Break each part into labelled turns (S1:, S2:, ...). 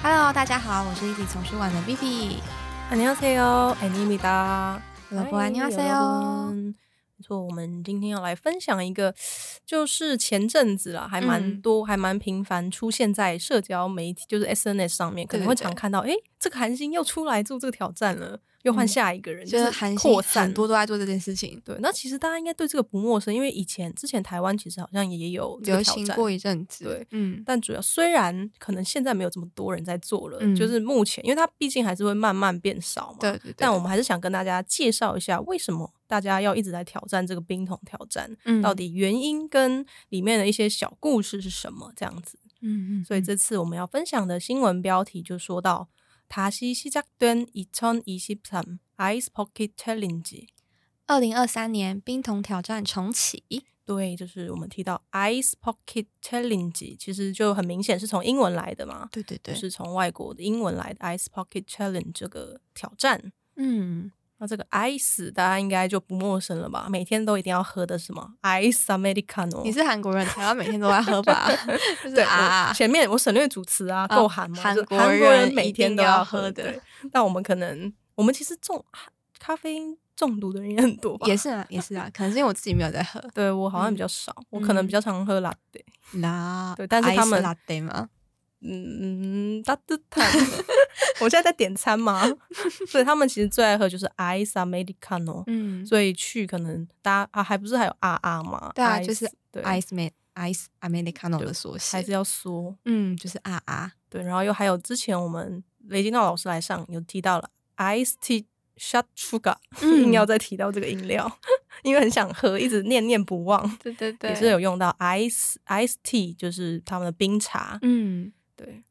S1: Hello，大家好，我是 Easy 丛书馆的 Vivi。
S2: 안녕하세요, 애니입니다.
S1: 여러분,
S2: 하이,
S1: 안녕하세요.
S2: 여러분. 没错，我们今天要来分享一个，就是前阵子啦，还蛮
S1: 嗯
S2: 多，还蛮频繁出现在社交媒体，就是 SNS 上面，可
S1: 对
S2: 能
S1: 对
S2: 会
S1: 对
S2: 常看到，诶，这个韩星又出来做这个挑战了，又
S1: 嗯
S2: 换下一个人，
S1: 就是是韩星
S2: 扩散
S1: 很多都在做这件事情，
S2: 对，那其实大家应该对这个不陌生，因为以前之前台湾其实好像也有这
S1: 流
S2: 个挑
S1: 行
S2: 战
S1: 过一阵子。
S2: 对，
S1: 嗯，
S2: 但主要虽然可能现在没有这么多人在做了，
S1: 嗯
S2: 就是目前，因为它毕竟还是会慢慢变少嘛。
S1: 对对对。
S2: 但我们还是想跟大家介绍一下，为什么大家要一直在挑战这个冰桶挑战，
S1: 们
S2: 到，底原因跟里面的一些小故事是什么这样子。
S1: 嗯嗯，
S2: 所以这次我们要分享的新闻标题就说到다시시작된2023 Ice Pocket Challenge。
S1: 二零二三年冰桶挑战重启，
S2: 对，就是我们提到 Ice Pocket Challenge，其实就很明显是从英文来的嘛，
S1: 对对对
S2: 就是从外国的英文来的 Ice Pocket Challenge 这个挑战。
S1: 嗯，
S2: 那这个 ice 大家应该就不陌生了吧？每天都一定要喝的是什么 ice americano？
S1: 你是韩国人，台湾每天都在喝吧？ 就是
S2: 对
S1: 啊
S2: 我，前面我省略主词啊，
S1: 啊
S2: 够韩吗？
S1: 韩
S2: 就是
S1: 国
S2: 韩国
S1: 人
S2: 人每
S1: 一
S2: 天
S1: 定
S2: 都
S1: 要喝
S2: 喝
S1: 的
S2: 对那我们可能我们其实中咖啡因中毒的人也很多吧？
S1: 也是啊，嗯也是啊，可能是因为我自己没有在 喝
S2: 对我好像比较少，我可能比较常喝 latte。
S1: 啦。
S2: 对但是他们
S1: 拉 a 吗？
S2: 嗯，따뜻한 我现在在点餐嘛，所以他们其实最爱喝就是 ice americano。
S1: 嗯
S2: 所以去可能大家啊，还不是还有啊啊嘛？
S1: 对啊
S2: ice，
S1: 就是
S2: 对
S1: ，ice man ice americano 的缩写
S2: 还是，要说
S1: 嗯，就是啊啊，
S2: 对，然后又还有之前我们雷金道老师来上有提到了 ice tea shot sugar，
S1: 嗯
S2: 硬要再提到这个饮料， 因为很想喝，一直念念不 忘，
S1: 对对对
S2: 也是有用到 ice ice tea，就是他们的冰茶，
S1: 嗯。
S2: 对，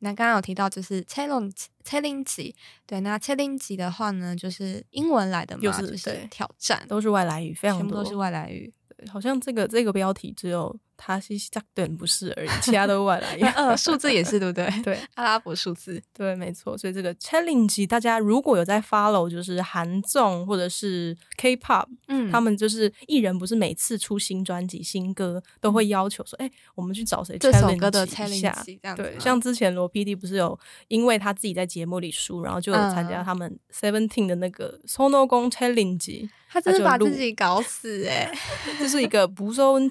S1: 那刚刚有提到就是切龙切令吉，对，那切令吉的话呢，就是英文来的嘛，
S2: 又是
S1: 就是
S2: 对
S1: 挑战，
S2: 都是外来语，非常
S1: 全部
S2: 多，
S1: 都是外来语。，
S2: 对好像这个这个标题只有塔西西加顿不是而已，其他都是外来语
S1: 呃，数字也是对不对？
S2: 对。
S1: 阿拉伯数字。
S2: 对，没错。所以这个 challenge，大家如果有在 follow，就是韩综或者是 K-pop，、
S1: 嗯
S2: 他们就是艺人，不是每次出新专辑、新歌都会要求说，哎、我们去找谁
S1: 嗯这首歌的
S2: challenge
S1: challenge
S2: 一下。
S1: 这样子吗，
S2: 对，像之前罗 PD 不是有因为他自己在节目里输，然后就有参加
S1: 嗯
S2: 他们 Seventeen 的那个 Sono 宫 Challenge，
S1: 他真是把
S2: 他就录
S1: 自己搞死 哎、
S2: 这是一个不收温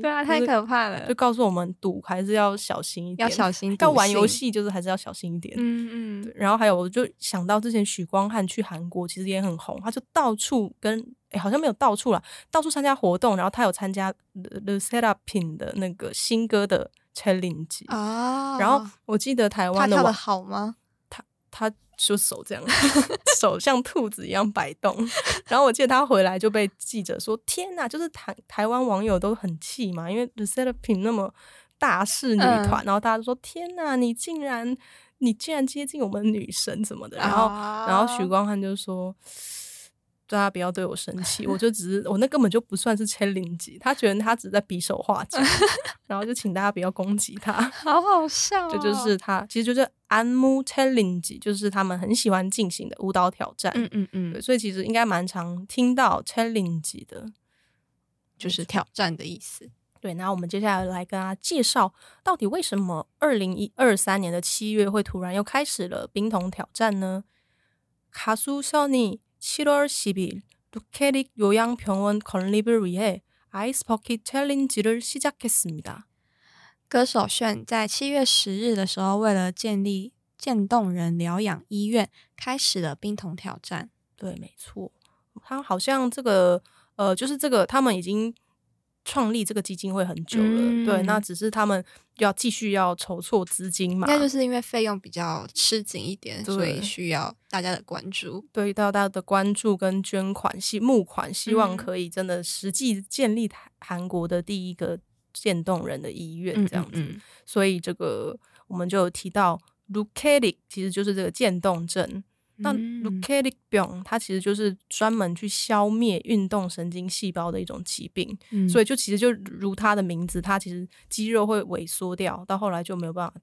S1: 对啊，太
S2: 就是
S1: 可怕了
S2: 就，告诉我们赌还是要小心一点，
S1: 要小心，
S2: 要玩游，戏就是还是要小心一点。
S1: 嗯
S2: 对
S1: 嗯，
S2: 然后还有，我就想到之前许光汉去韩国，其实也很红，他就到处跟诶好像没有到处啦，到处参加活动，然后他有参加 The The Set Up Pin 的那个新歌的 challenge，、
S1: 哦，
S2: 然后我记得台
S1: 他
S2: 湾的
S1: 跳的
S2: 网
S1: 好吗？
S2: 他就手这样， 手像兔子一样摆动。 然后我记得他回来就被记者说：“天呐，就是台台湾网友都很气嘛，因为 The Set Up Pin 那么大势女
S1: 嗯
S2: 团，然后大家就说：天呐，你竟然你竟然接近我们女神什么的。”然后然后许
S1: 哦
S2: 光汉就说：“大家不要对我生气，我就只是我那根本就不算是 challenge，他觉得他只是在比手画 脚，然后就请大家不要攻击他。
S1: 好好笑、哦，
S2: 这就是他，其实就是安木 challenge，就是他们很喜欢进行的舞蹈挑战。
S1: 嗯嗯
S2: 对，
S1: 嗯，
S2: 所以其实应该蛮常听到 challenge 的。
S1: 就是挑战的意思。
S2: 对，那我们接下来来跟大家介绍，到底为什么二零一二三年的七月会突然又开始了冰桶挑战呢？가수선이7월1 0일루케릭요양병원건립을위해 아이스 버킷 챌린지를 시작했습니다.
S1: 歌手炫在七月十日的时候，为了建立渐冻人疗养医院，开始了冰桶挑战。
S2: 对，没错，他好像这个呃，就是这个他们已经创立这个基金会很久了，对，那
S1: 嗯
S2: 只是他们要继续要筹措资金
S1: 应，
S2: 嘛
S1: 该就是因为费用比较吃紧一点，所以
S2: 对
S1: 需要大家的关注。
S2: 对到大家的关注跟捐款、希募款，希望
S1: 嗯
S2: 可以真的实际建立台韩国的第一个渐冻人的医院这样子。
S1: 嗯嗯嗯
S2: 所以这个我们就有提到。 leukemic 其实就是这个渐冻症。那
S1: 嗯
S2: leukemic病它其实就是专门去消灭运动神经细胞的一种疾病，
S3: 嗯
S2: 所
S3: 以
S2: 以就其实就如它的名字，它其实肌肉会萎缩掉，到后来就没有办法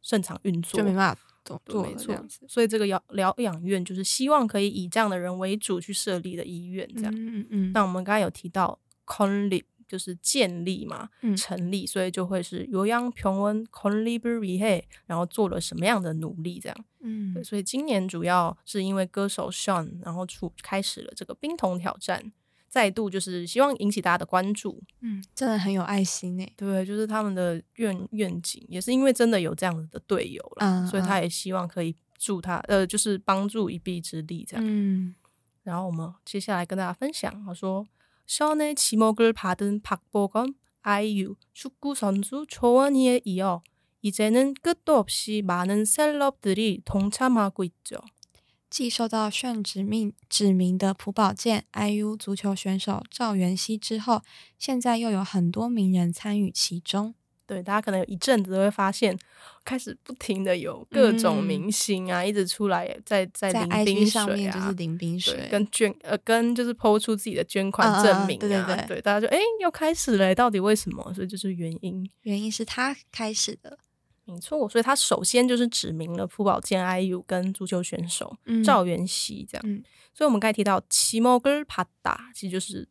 S2: 正常运作，
S1: 就没办法动
S2: 对
S1: 做
S2: 没
S1: 了这
S2: 错
S1: 样子。
S2: 所以这个疗疗养院就是希望可以以这样的人为主去设立的医院，这样。
S1: 嗯嗯
S2: 那我们刚才有提到 conlib 就是建立嘛，
S1: 嗯
S2: 成立，所以就会是有氧平温 conlib r e h a 然后做了什么样的努力这样。
S1: 嗯
S2: 对所以今年主要是因为歌手 Sean，然后出开始了这个冰桶挑战。再度就是希望引起大家的关注，
S1: 嗯
S3: 真的很有爱心
S1: 欸
S3: 呢。
S2: 对，就是他们的愿愿景，也是因为真的有这样子的队友了，
S3: 嗯
S2: 所以
S3: 嗯
S2: 他也希望可以助他，呃，就是帮助一臂之力这样。
S1: 嗯
S2: 然后我们接下来跟大家分享，他说"Sean의 지목을 받은 박보검, 아이유, 축구 선수 조원희에 이어 이제는 끝도 없이 많은 셀럽들이 동참하고 있죠.
S3: 继受到炫指命指名的朴宝剑、IU 足球选手赵元熙之后，现在又有很多名人参与其中。
S2: 对，大家可能有一阵子都会发现，开始不停的有各种
S1: 嗯
S2: 明星啊，一直出来在在
S3: 在
S2: 淋冰
S3: IG
S2: 水啊，
S3: 上面就是淋冰水
S2: 对，，跟捐呃跟就是抛出自己的捐款证明啊，
S3: 嗯嗯嗯对对对
S2: 大家就哎、诶又开始了，到底为什么？所以就是原因。
S3: 原因是他开始的。
S2: 没错，所以他首先就是指明了朴宝剑、IU 跟足球选手、
S1: 嗯
S2: 赵元熙这样。
S1: 嗯
S2: 所以我们刚才提到奇摩跟帕达，其实就是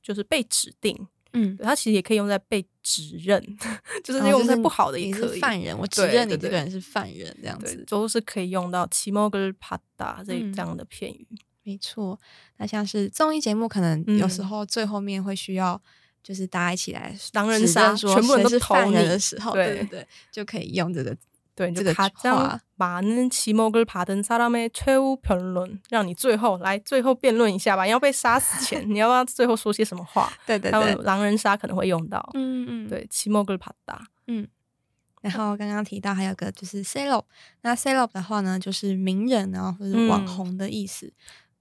S2: 就是被指定，
S1: 嗯，
S2: 对他其实也可以用在被指认， 就是
S3: 然后
S2: 用
S3: 哦就
S2: 在
S3: 是
S2: 不好的也
S1: 你
S2: 可
S1: 哦是
S2: 以。
S1: 犯人，我指
S2: 对
S1: 认
S2: 对
S1: 你这
S2: 对
S1: 个人是犯人这样
S2: 对，
S1: 子。
S2: 都是可以用到奇摩跟帕达这
S1: 嗯
S2: 这样的片语。
S3: 没错，那像是综艺节目，可能有时
S2: 嗯
S3: 候最后面会需要，就是大家一起来
S2: 狼人
S3: 指认
S2: 杀
S3: 说
S2: 全部人
S3: 谁
S2: 都
S3: 是
S2: 投
S3: 犯人
S2: 你
S3: 的时候，
S2: 对
S1: 对对对，就可以用这个。
S2: 对，你就
S1: 这个
S2: 爬
S1: 话
S2: 张把那奇摩跟爬登萨拉梅최후评论，让你最后来最后辩论一下吧。你要被杀死前，你要不要最后说些什么话？
S1: 对对
S2: 他们，狼人杀可能会用到。
S1: 嗯嗯，
S2: 对，奇摩跟爬达，
S3: 然后刚刚提到还有个就是 celeb，那 celeb 的话呢，就是名人啊或者
S2: 嗯
S3: 是网红的意思。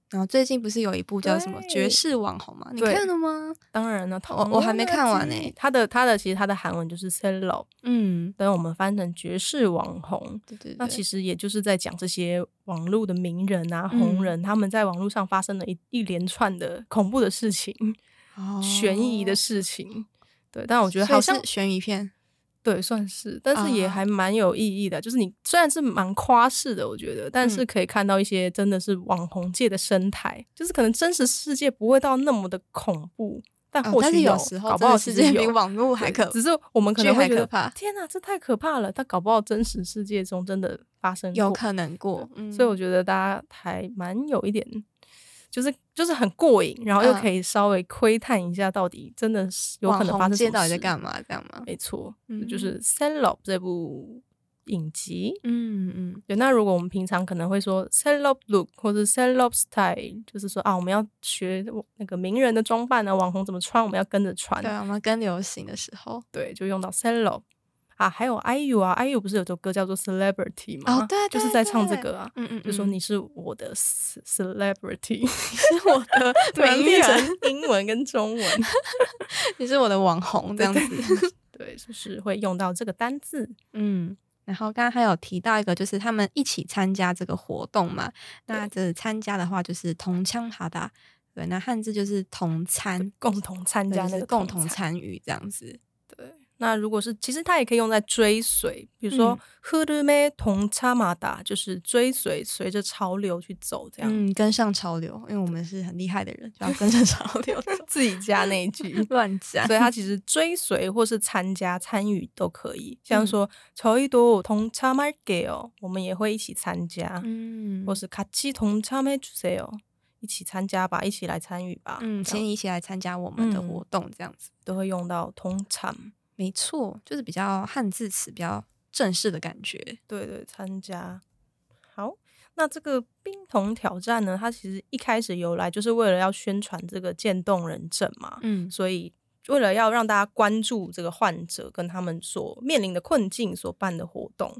S3: 然后最近不是有一部叫什么
S2: 对
S3: 《绝世网红》吗？你
S2: 对
S3: 看了吗？
S2: 当然了，
S3: 我我还没看完呢
S2: 他的他的其实他的韩文就是 cello，
S1: 嗯，
S2: 等我们翻成爵士网红。
S1: 对对对，
S2: 那其实也就是在讲这些网络的名人啊、
S1: 嗯
S2: 红人，他们在网络上发生了一一连串的恐怖的事情、
S3: 哦
S2: 悬疑的，事情。对，但我觉得
S3: 所以
S2: 好像
S3: 是悬疑片。
S2: 对，算是，但是也
S3: 啊
S2: 还蛮有意义的。就是你虽然是蛮夸饰的，我觉得，但是
S1: 嗯
S2: 可以看到一些真的是网红界的生态，就是可能真实世界不会到那么的恐怖，但
S3: 啊
S2: 或
S3: 但
S2: 许
S3: 是
S2: 有，
S3: 有时
S2: 搞
S3: 候
S2: 不
S3: 真
S2: 好
S3: 的
S2: 其
S3: 世界
S2: 实有
S3: 比网络还
S2: 对
S3: 可
S2: 只是我们可
S3: 剧
S2: 能会
S3: 还
S2: 觉
S3: 可
S2: 得，
S3: 怕，
S2: 天哪，这太可怕了！但搞不好真实世界中真的发生
S3: 有
S2: 过
S3: 可能过。嗯
S2: 所以我觉得大家还蛮有一点，就是就是很过瘾，然后又
S3: 嗯
S2: 可以稍微窥探一下到底真的是有可能发
S1: 网
S2: 生
S1: 红
S2: 什
S1: 街
S2: 么
S1: 道
S2: 事。
S1: 在干嘛？这样吗？
S2: 没错，
S1: 嗯
S2: 就是《Cello》这部影集。
S1: 嗯嗯
S2: 对，那如果我们平常可能会说 celeb look 或者 celeb style，就是说啊，我们要学那个名人的装扮啊，网红怎么穿，我们要跟着穿
S1: 对。啊，我们跟流行的时候，
S2: 对，就用到 celeb 啊，还有 IU 啊，IU 不是有首歌叫做 Celebrity 吗？
S3: 哦对
S2: 就是
S3: 对
S2: 在唱这
S3: 对
S2: 个啊，
S1: 嗯嗯
S2: 就说你是我的 ce- celebrity，
S1: 是我的
S2: 突然
S1: 名
S2: 变
S1: 人，
S2: 成英文跟中文，
S3: 嗯
S1: 你是我的网红这样子。
S2: 对，就是会用到这个单字。
S1: 嗯，
S3: 然后刚刚还有提到一个，就是他们一起参加这个活动嘛。那这参加的话，就是同枪哈达，对，那汉字就是同参，
S2: 共同参
S3: 对
S2: 加
S3: 就
S2: 那
S3: 是
S2: 个
S3: 共
S2: 同
S3: 同
S2: 餐
S3: 参与这样子。
S2: 那如果是，其实它也可以用在追随，比如说
S1: 嗯
S2: “흐름의동참하다”，就是追随，随着潮流去走，这样、
S3: 嗯，跟上潮流，因为我们是很厉害的人，就要跟着 潮流走
S2: 自己加那一句。
S1: 乱 讲。
S2: 所以它其实追随或是参加、参与都可以。像
S1: 嗯
S2: 说“저희도동참할게요”，我们也会一起参加，
S1: 嗯
S2: 或是“같이동참해주세요”，一起参加吧，一起来参与吧。
S1: 嗯
S3: 嗯，
S2: 这
S3: 请
S2: 样
S3: 你一起来参加我们的
S2: 嗯
S3: 活动，这样子。
S2: 都会用到“同参”。
S3: 没错，就是比较汉字词比较正式的感觉。
S2: 对对，参加。好，那这个冰桶挑战呢，它其实一开始由来就是为了要宣传这个渐冻人症嘛，
S1: 嗯
S2: 所以为了要让大家关注这个患者跟他们所面临的困境所办的活动。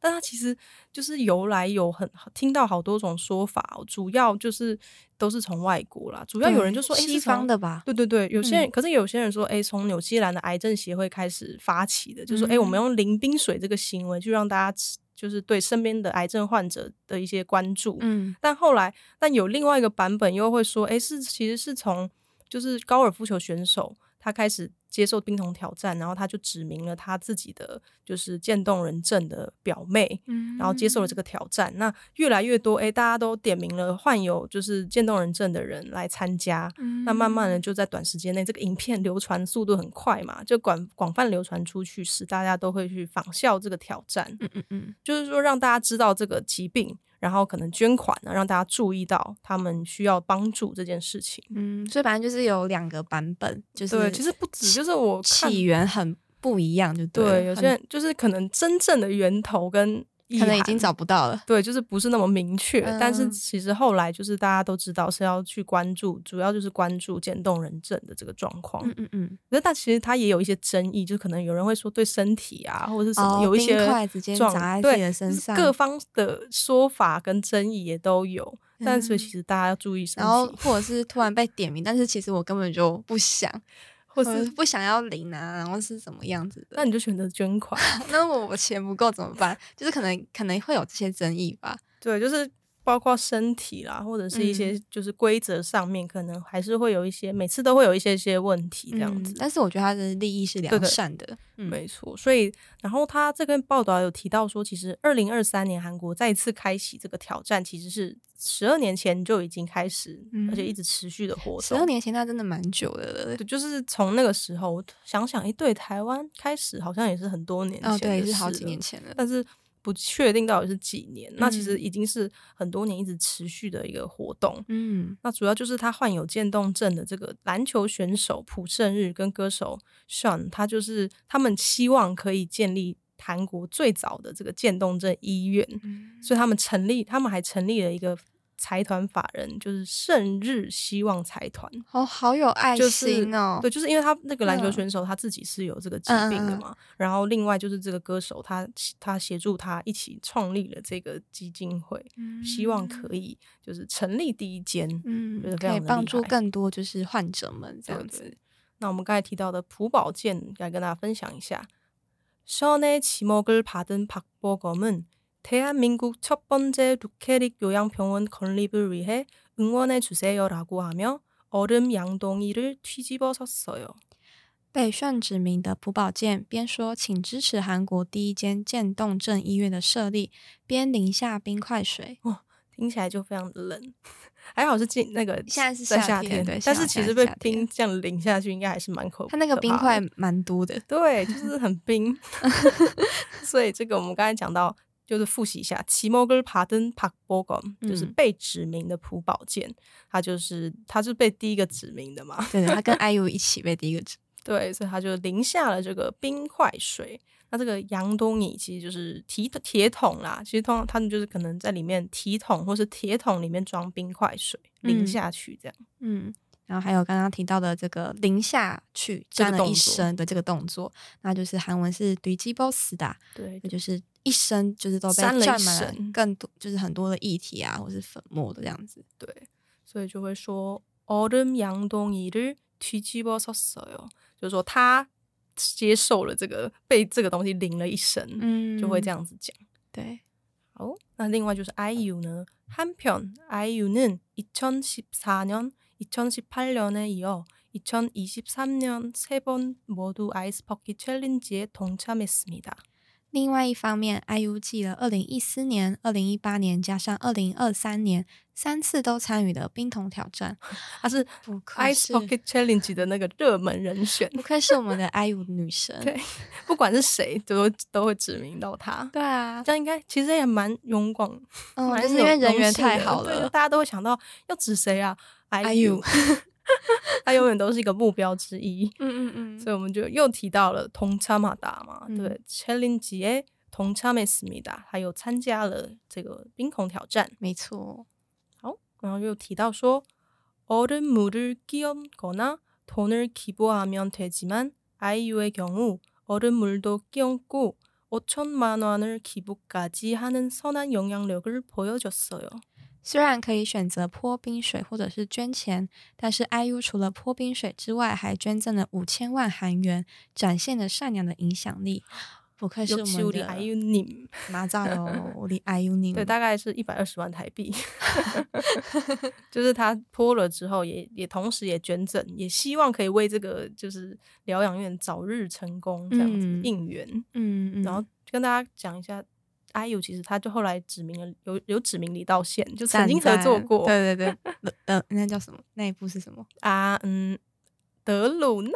S2: 但它其实就是由来有很听到好多种说法哦、主要就是都是从外国啦，主要有人就说、诶
S3: 西
S2: 是从
S3: 方的吧，
S2: 对对对，有
S1: 嗯
S2: 些人、可是有些人说，哎，从
S1: 嗯
S2: 纽西兰的癌症协会开始发起的，就是说，哎，我们用淋冰水这个行为，就让大家知就是对身边的癌症患者的一些关注。
S1: 嗯
S2: 但后来，但有另外一个版本又会说，诶，是其实是从就是高尔夫球选手他开始接受冰桶挑战，然后他就指明了他自己的就是渐冻人症的表妹，
S1: 嗯
S2: 然后接受了这
S1: 个，
S2: 个挑战。那越来越多，诶，大家都点名了患有就是渐冻人症的人来参加。
S3: 嗯
S2: 那慢
S1: 嗯
S2: 慢的就在短时间内，这个影片流传速度很快嘛，就广广泛流传出去，使大家都会去仿效这个挑战。
S1: 嗯嗯嗯
S2: 就是说让大家知道这个疾病，然后可能捐款啊，让大家注意到他们需要帮助这件事情。
S1: 嗯，所以反正就是有两个版本，就是
S2: 对，其实不止，就是我看
S1: 起源很不一样，就了
S2: 对有些
S1: 很
S2: 人就是可能真正的源头跟意
S1: 可能已
S2: 涵
S1: 经找不到了。
S2: 对，就是不是那么明确，
S1: 嗯
S2: 但是其实后来就是大家都知道是要去关注，主要就是关注渐冻人症的这个状况。
S1: 嗯嗯嗯，
S2: 可是它其实它也有一些争议，就可能有人会说对身体啊，或者是什么、
S1: 哦
S2: 有一些
S1: 冰块直接
S2: 状
S1: 砸在
S2: 对
S1: 自己的身
S2: 就是
S1: 上
S2: 各方的说法跟争议也都有。但所以
S1: 嗯
S2: 其实大家要注意身
S1: 然后
S2: 体，
S1: 或者是突然被点名，但是其实我根本就不 想，
S2: 或
S1: 我
S2: 是
S1: 不想要领啊，然后是什么样子的？
S2: 那你就选择捐款。
S1: 那我我钱不够怎么办？就是可能可能会有这些争议吧。
S2: 对，就是包括身体啦，或者是一些
S1: 嗯
S2: 就是规则上面，可能还是会有一些，每次都会有一些些问题这样
S1: 嗯
S2: 子。
S1: 但是我觉得他的利益是
S2: 对
S1: 良
S2: 对
S1: 善的。嗯
S2: 没错，所以然后他这篇报道有提到说，其实二零二三年韩国再次开启这个挑战，其实是十二年前就已经开始，
S1: 嗯
S2: 而且一直持续的活动。
S1: 十二年前他真的蛮久的了。
S2: 对，就是从那个时候，我想想，哎，对，台湾开始好像也是很多年前，
S1: 哦，对，是好几年，前嗯了。
S2: 但是不确定到底是几年。那其实已经是很多年一直持续的一个活动。
S1: 嗯
S2: 那主要就是他患有渐冻症的这个篮球选手朴胜日跟歌手 Sean，他就是他们希望可以建立韩国最早的这个渐冻症医院，
S1: 嗯
S2: 所以他们成立，他们还成立了一个财团法人，就是胜日希望财团。
S1: 哦，好有爱
S2: 就是
S1: 心哦。
S2: 对，就是因为他那个篮球
S1: 嗯
S2: 选手他自己是有这个疾
S1: 嗯嗯
S2: 病的
S1: 嗯
S2: 嘛，然后另外就是这个歌手他他协助他一起创立了这个基金会，希望可以就是成立第一间，
S1: 嗯，
S2: 觉得非
S1: 可
S2: 常
S1: 以
S2: 的
S1: 帮
S2: 厉
S1: 助
S2: 害
S1: 更多就是患者们这样
S2: 对
S1: 子
S2: 对。那我们刚才提到的朴宝剑，来跟大家分享一下。선의지목을받은박보검은대한민국첫번째루케릭요양병원건립을위해응원해주세요라고하며얼음양동이를뒤집어섰어요
S1: 被炫指名的朴宝剑边说“请支持韩国第一间渐冻症医院的设立”，边淋下冰块水。
S2: 听起来就非常的冷，还好是进那个
S1: 现在是
S2: 在
S1: 夏
S2: 夏
S1: 天对
S2: 但
S1: 夏
S2: 是
S1: 现
S2: 其
S1: 在
S2: 实
S1: 是
S2: 被
S1: 夏天
S2: 冰这样淋下去，应该还是蛮可
S1: 它那个
S2: 可
S1: 冰
S2: 怕的哦
S1: 块蛮多的。
S2: 对，就是很冰。 所以这个我们刚才讲到，就是复习一下，齐摩根帕登帕波贡，就是
S1: 嗯
S2: 被指名的朴宝剑，他就是他是被第一个指名的嘛，
S1: 对的，他跟 IU 一起被第一个指。
S2: 对，所以他就淋下了这个冰块水。那这个杨东尼其实就是提铁桶啦，其实通常他们就是可能在里面提桶或是铁桶里面装冰块水淋
S1: 嗯
S2: 下去这样。
S1: 嗯，然后还有刚刚提到的这个淋下去
S2: 这
S1: 沾
S2: 个
S1: 了一
S2: 动作
S1: 身的这个动作，那就是韩文是 d u j i b o s 的，
S2: 对
S1: 那就是一身就是都被
S2: 沾了一
S1: 沾满了
S2: 身
S1: 更多，就是很多的液体啊，或是粉末的这样子。
S2: 对，所以就会说얼음양동이를뒤집어섰어요，就是说他接受了这个被这个东西淋了一身，
S1: 嗯
S2: 就会这。样子讲。
S1: 对，
S2: 好，那另外就是 IU 呢，한편 IU는 2014년, 2018년에 이어 2023년 세 번 모두 아이스버킷 챌린지에 동참했습니다.
S1: 另外一方面，IU 继了二零一四年、二零一八年加上二零二三年三次都参与了冰桶挑战，
S2: 她是
S1: 不愧是
S2: Ice Bucket Challenge 的那个热门人选，
S1: 不愧是我们的 IU 女神。
S2: 对不管是谁都都会指名到她。
S1: 对啊，
S2: 这样应该其实也蛮勇广，
S1: 嗯，
S2: 蛮
S1: 就是因为
S2: 有
S1: 人
S2: 荣
S1: 缘
S2: 幸
S1: 太
S2: 的
S1: 好
S2: 对
S1: 了。
S2: 大家都会想到要指谁啊？IU，他永远都是一个目标之一，
S1: 嗯嗯
S2: 所以我们就又提到了同差马达嘛，
S1: 嗯
S2: 对，challenge 同差美思密达，还有参加了这个冰孔挑战，
S1: 没错。
S2: 然后又提到说，얼음물을끼얹거나돈을기부하면되지만 아이유의 경우 얼음물도 끼얹고 5천만 원을 기부까지 하는 선한 영향력을 보여줬어요.
S1: 虽然可以选择泼冰水或者是捐钱，但是 IU 除了泼冰水之外，还捐赠了五千万韩元，展现了善良的影响力。哦
S3: 不愧是
S2: 有
S3: 我
S2: 七五
S3: 们
S2: 里
S3: 的
S2: IU 你，
S3: 马扎罗，我的 IU 你
S2: 对，大概是一百二十万台 币，就是他泼了之后也，也同时也捐赠，也希望可以为这个就是疗养院早日成功这样子、
S1: 嗯
S2: 应援。
S1: 嗯嗯，
S2: 然后跟大家讲一下，IU 其实他就后来指名了有有指名李道宪，就曾
S1: 赞
S2: 经合作
S1: 赞
S2: 过
S1: 对对对，呃，那叫什么？那一部是什么？
S2: 啊，嗯，德鲁纳，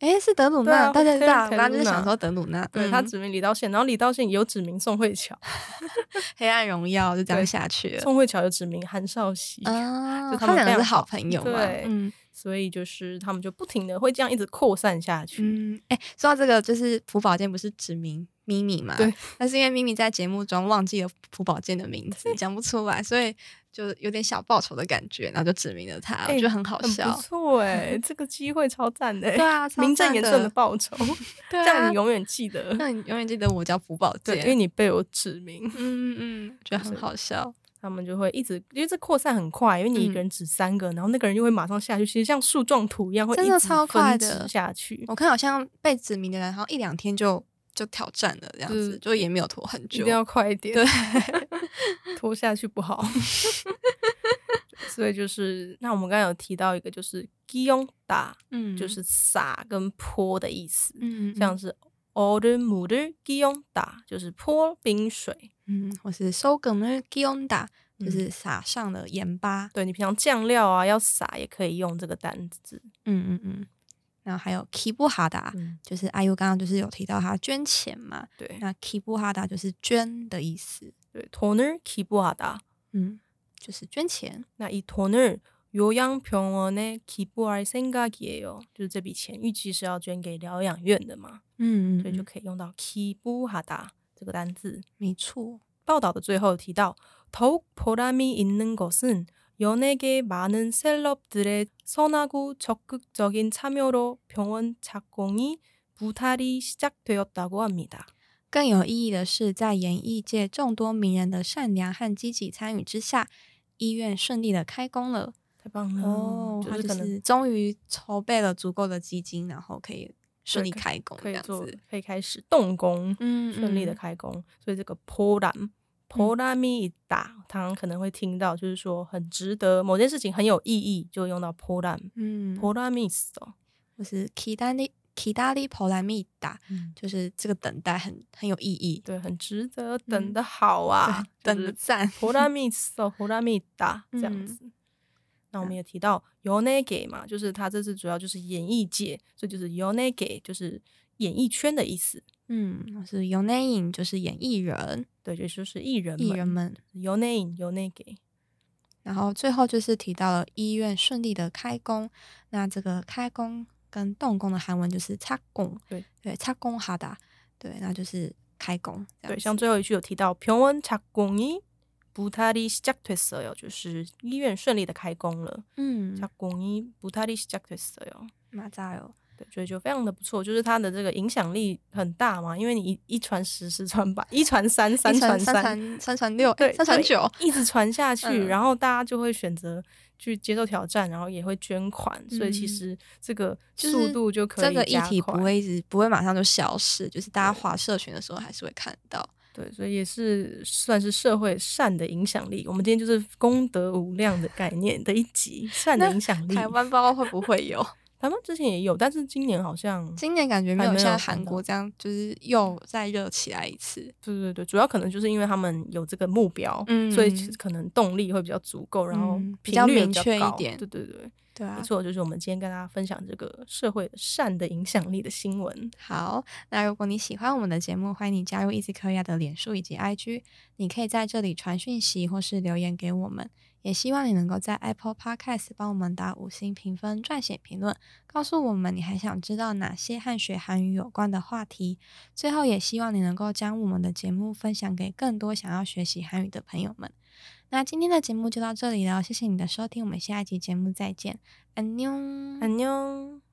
S1: 哎，是德鲁
S2: 对啊
S1: 纳，大家知道，我
S2: Hotel
S1: 刚刚就是
S2: Luna
S1: 想说德鲁纳，
S2: 对、
S1: 嗯
S2: 他指名李道宪，然后李道宪也有指名宋慧乔，
S1: 黑暗荣耀就这
S2: 对
S1: 样下去了。
S2: 宋慧乔有指名韩少熙。
S1: 啊
S2: 就，他
S1: 他
S2: 们
S1: 们两
S2: 非
S1: 个是
S2: 常
S1: 好
S2: 好
S1: 朋友嘛？
S2: 对
S1: 嗯
S2: 所以就是他们就不停的会这样一直扩散下去。
S1: 嗯，哎，说到这个，就是朴宝剑不是指名咪咪嘛？
S2: 对。
S1: 但是因为咪咪在节目中忘记了朴宝剑的名字，讲不出来，所以就有点小报仇的感觉，然后就指名了他，我
S2: 哎
S1: 觉得很好
S2: 很不
S1: 笑。
S2: 错哎、这个机会超赞的、欸，
S1: 对啊超
S2: 名正
S1: 赞
S2: 言
S1: 的
S2: 顺的报仇，
S1: 对
S2: 这
S1: 啊
S2: 样你，永远记得，
S1: 让你永远记得我叫朴宝
S2: 对，
S1: 剑
S2: 因。为你被我指名，
S1: 嗯嗯嗯，觉得很好笑。
S2: 他们就会一直，因为这扩散很快，因为你
S1: 嗯
S2: 一个人指三个，然后那个人就会马上下去，其实像树状图一样，会
S1: 真
S2: 一
S1: 的
S2: 直
S1: 超快
S2: 分
S1: 的哦
S2: 支下去，
S1: 嗯我看好像被指名的人，好像一两天就就挑战了，这样
S2: 对
S1: 子就也没有拖很
S2: 一
S1: 久
S2: 定。要快一点，
S1: 对，
S2: 拖下去不好。 所以就是，那我们刚刚有提到一个，就是 g i o n d a
S1: 嗯
S2: 就是撒跟泼的意思，
S1: 嗯
S2: 像是 order mother g i o n d a 就是泼冰水，
S1: 嗯，我是收梗的 g i o n d a
S2: 嗯
S1: 就是撒上了盐巴。
S2: 对你平常酱料啊要撒也可以用这个单字。
S1: 嗯嗯嗯。然后还有 k i b u h a d a
S2: 嗯，
S1: 就是阿 U 刚刚就是有提到他捐钱嘛，
S2: 对
S1: 那 k i b u h a d a 就是捐的意思，
S2: 对，toner kibuada。
S1: 嗯，就是捐钱。
S2: 那이 돈을 요양병원에 기부할 생각이에요. 就是这笔钱预计是要捐给疗养院的嘛，
S1: 嗯
S2: 所以就可以用到 kibuhada 这个单字。
S1: 没错。
S2: 报道的最后提到，더욱 보람이 있는 것은 연예계 많은 셀럽들의 선하고 적극적인 참여로 병원 작공이 부탈이 시작되었다고 합니다.
S1: 更有意义的是，在演艺界众多名人的善良和积极参与之下，医院顺利的开工了。
S2: 太棒了！
S1: 哦，
S2: 嗯就
S1: 他
S2: 是可
S1: 就
S2: 能
S1: 是终于筹备了足够的基金，然后可以顺利
S2: 对可以
S1: 开工
S2: 可
S1: 这
S2: 以
S1: 样
S2: 做
S1: 子。，
S2: 可以开始动工，
S1: 嗯
S2: 顺利的
S1: 嗯
S2: 开工。所以这个 poram porami da，常常可能会听到，就是说很值得某件事情很有意义，就用到 poram
S1: 嗯，
S2: poramis 哦。
S1: 就是 kidali kidali polamida，就是这个等待很很有意义，
S2: 对，很值得，等的好啊，
S1: 对嗯 等的赞。
S2: poramis 哦 porami da 这样
S1: 嗯
S2: 子。那我们也提到 yonage 嘛，就是它这次主要就是演艺界，所以就是 yonage 就是演艺圈的意思。
S1: 嗯，是 yonein 就是演艺人，
S2: 对，就就是艺人
S1: 艺人们。
S2: 有内隐有内给，
S1: 然后最后就是提到了医院顺利的开工，那这个开工跟动工的韩文就是擦工，
S2: 对
S1: 对，擦工哈达，对，那就是开工。这样
S2: 对，
S1: 子
S2: 像最后一句有提到병원작공이부탈이시작됐어요，就是医院顺利的开工了。
S1: 嗯，
S2: 작공이부탈이시작됐어요，
S1: 马扎哟，
S2: 对，所以就非常的不错，就是它的这个影响力很大嘛，因为你一一传十，十传百，一传三，三
S1: 一
S2: 传
S1: 三传三传六，
S2: 对，
S1: 哎三传
S2: 对
S1: 九，
S2: 一直传下去，
S1: 嗯
S2: 然后大家就会选择去接受挑战，然后也会捐款，所以其
S1: 嗯
S2: 实这个
S1: 就是
S2: 速度就可以
S1: 这个议
S2: 加
S1: 题不
S2: 快
S1: 会一直不会马上就消失，就是大家划社群的时候还是会看到。
S2: 对，所以也是算是社会善的影响力。我们今天就是功德无量的概念的一集，善的
S1: 那
S2: 影响力。
S1: 台湾不知道会不会 有？
S2: 台湾之前也有，但是今年好像，
S1: 今年感觉没
S2: 还
S1: 有
S2: 没有
S1: 像
S2: 看
S1: 韩
S2: 到
S1: 国这样，就是又再热起来一次。
S2: 对对对，主要可能就是因为他们有这个目标，
S1: 嗯
S2: 所以其实可能动力会比较足够，然后
S1: 嗯比
S2: 频
S1: 较
S2: 率也
S1: 明
S2: 较
S1: 确一
S2: 高
S1: 点
S2: 对对对，
S1: 对啊
S2: 没，错，就是我们今天跟大家分享这个社会善的影响力的新闻。
S1: 好，那如果你喜欢我们的节目，欢迎你加入 Easy Korea 的脸书以及 IG，你可以在这里传讯息或是留言给我们。也希望你能够在 Apple Podcast 帮我们打五星评分、撰写评论，告诉我们你还想知道哪些和学韩语有关的话题。最后，也希望你能够将我们的节目分享给更多想要学习韩语的朋友们。那今天的节目就到这里了，谢谢你的收听，我们下一集节目再见，安妞，
S2: 安妞。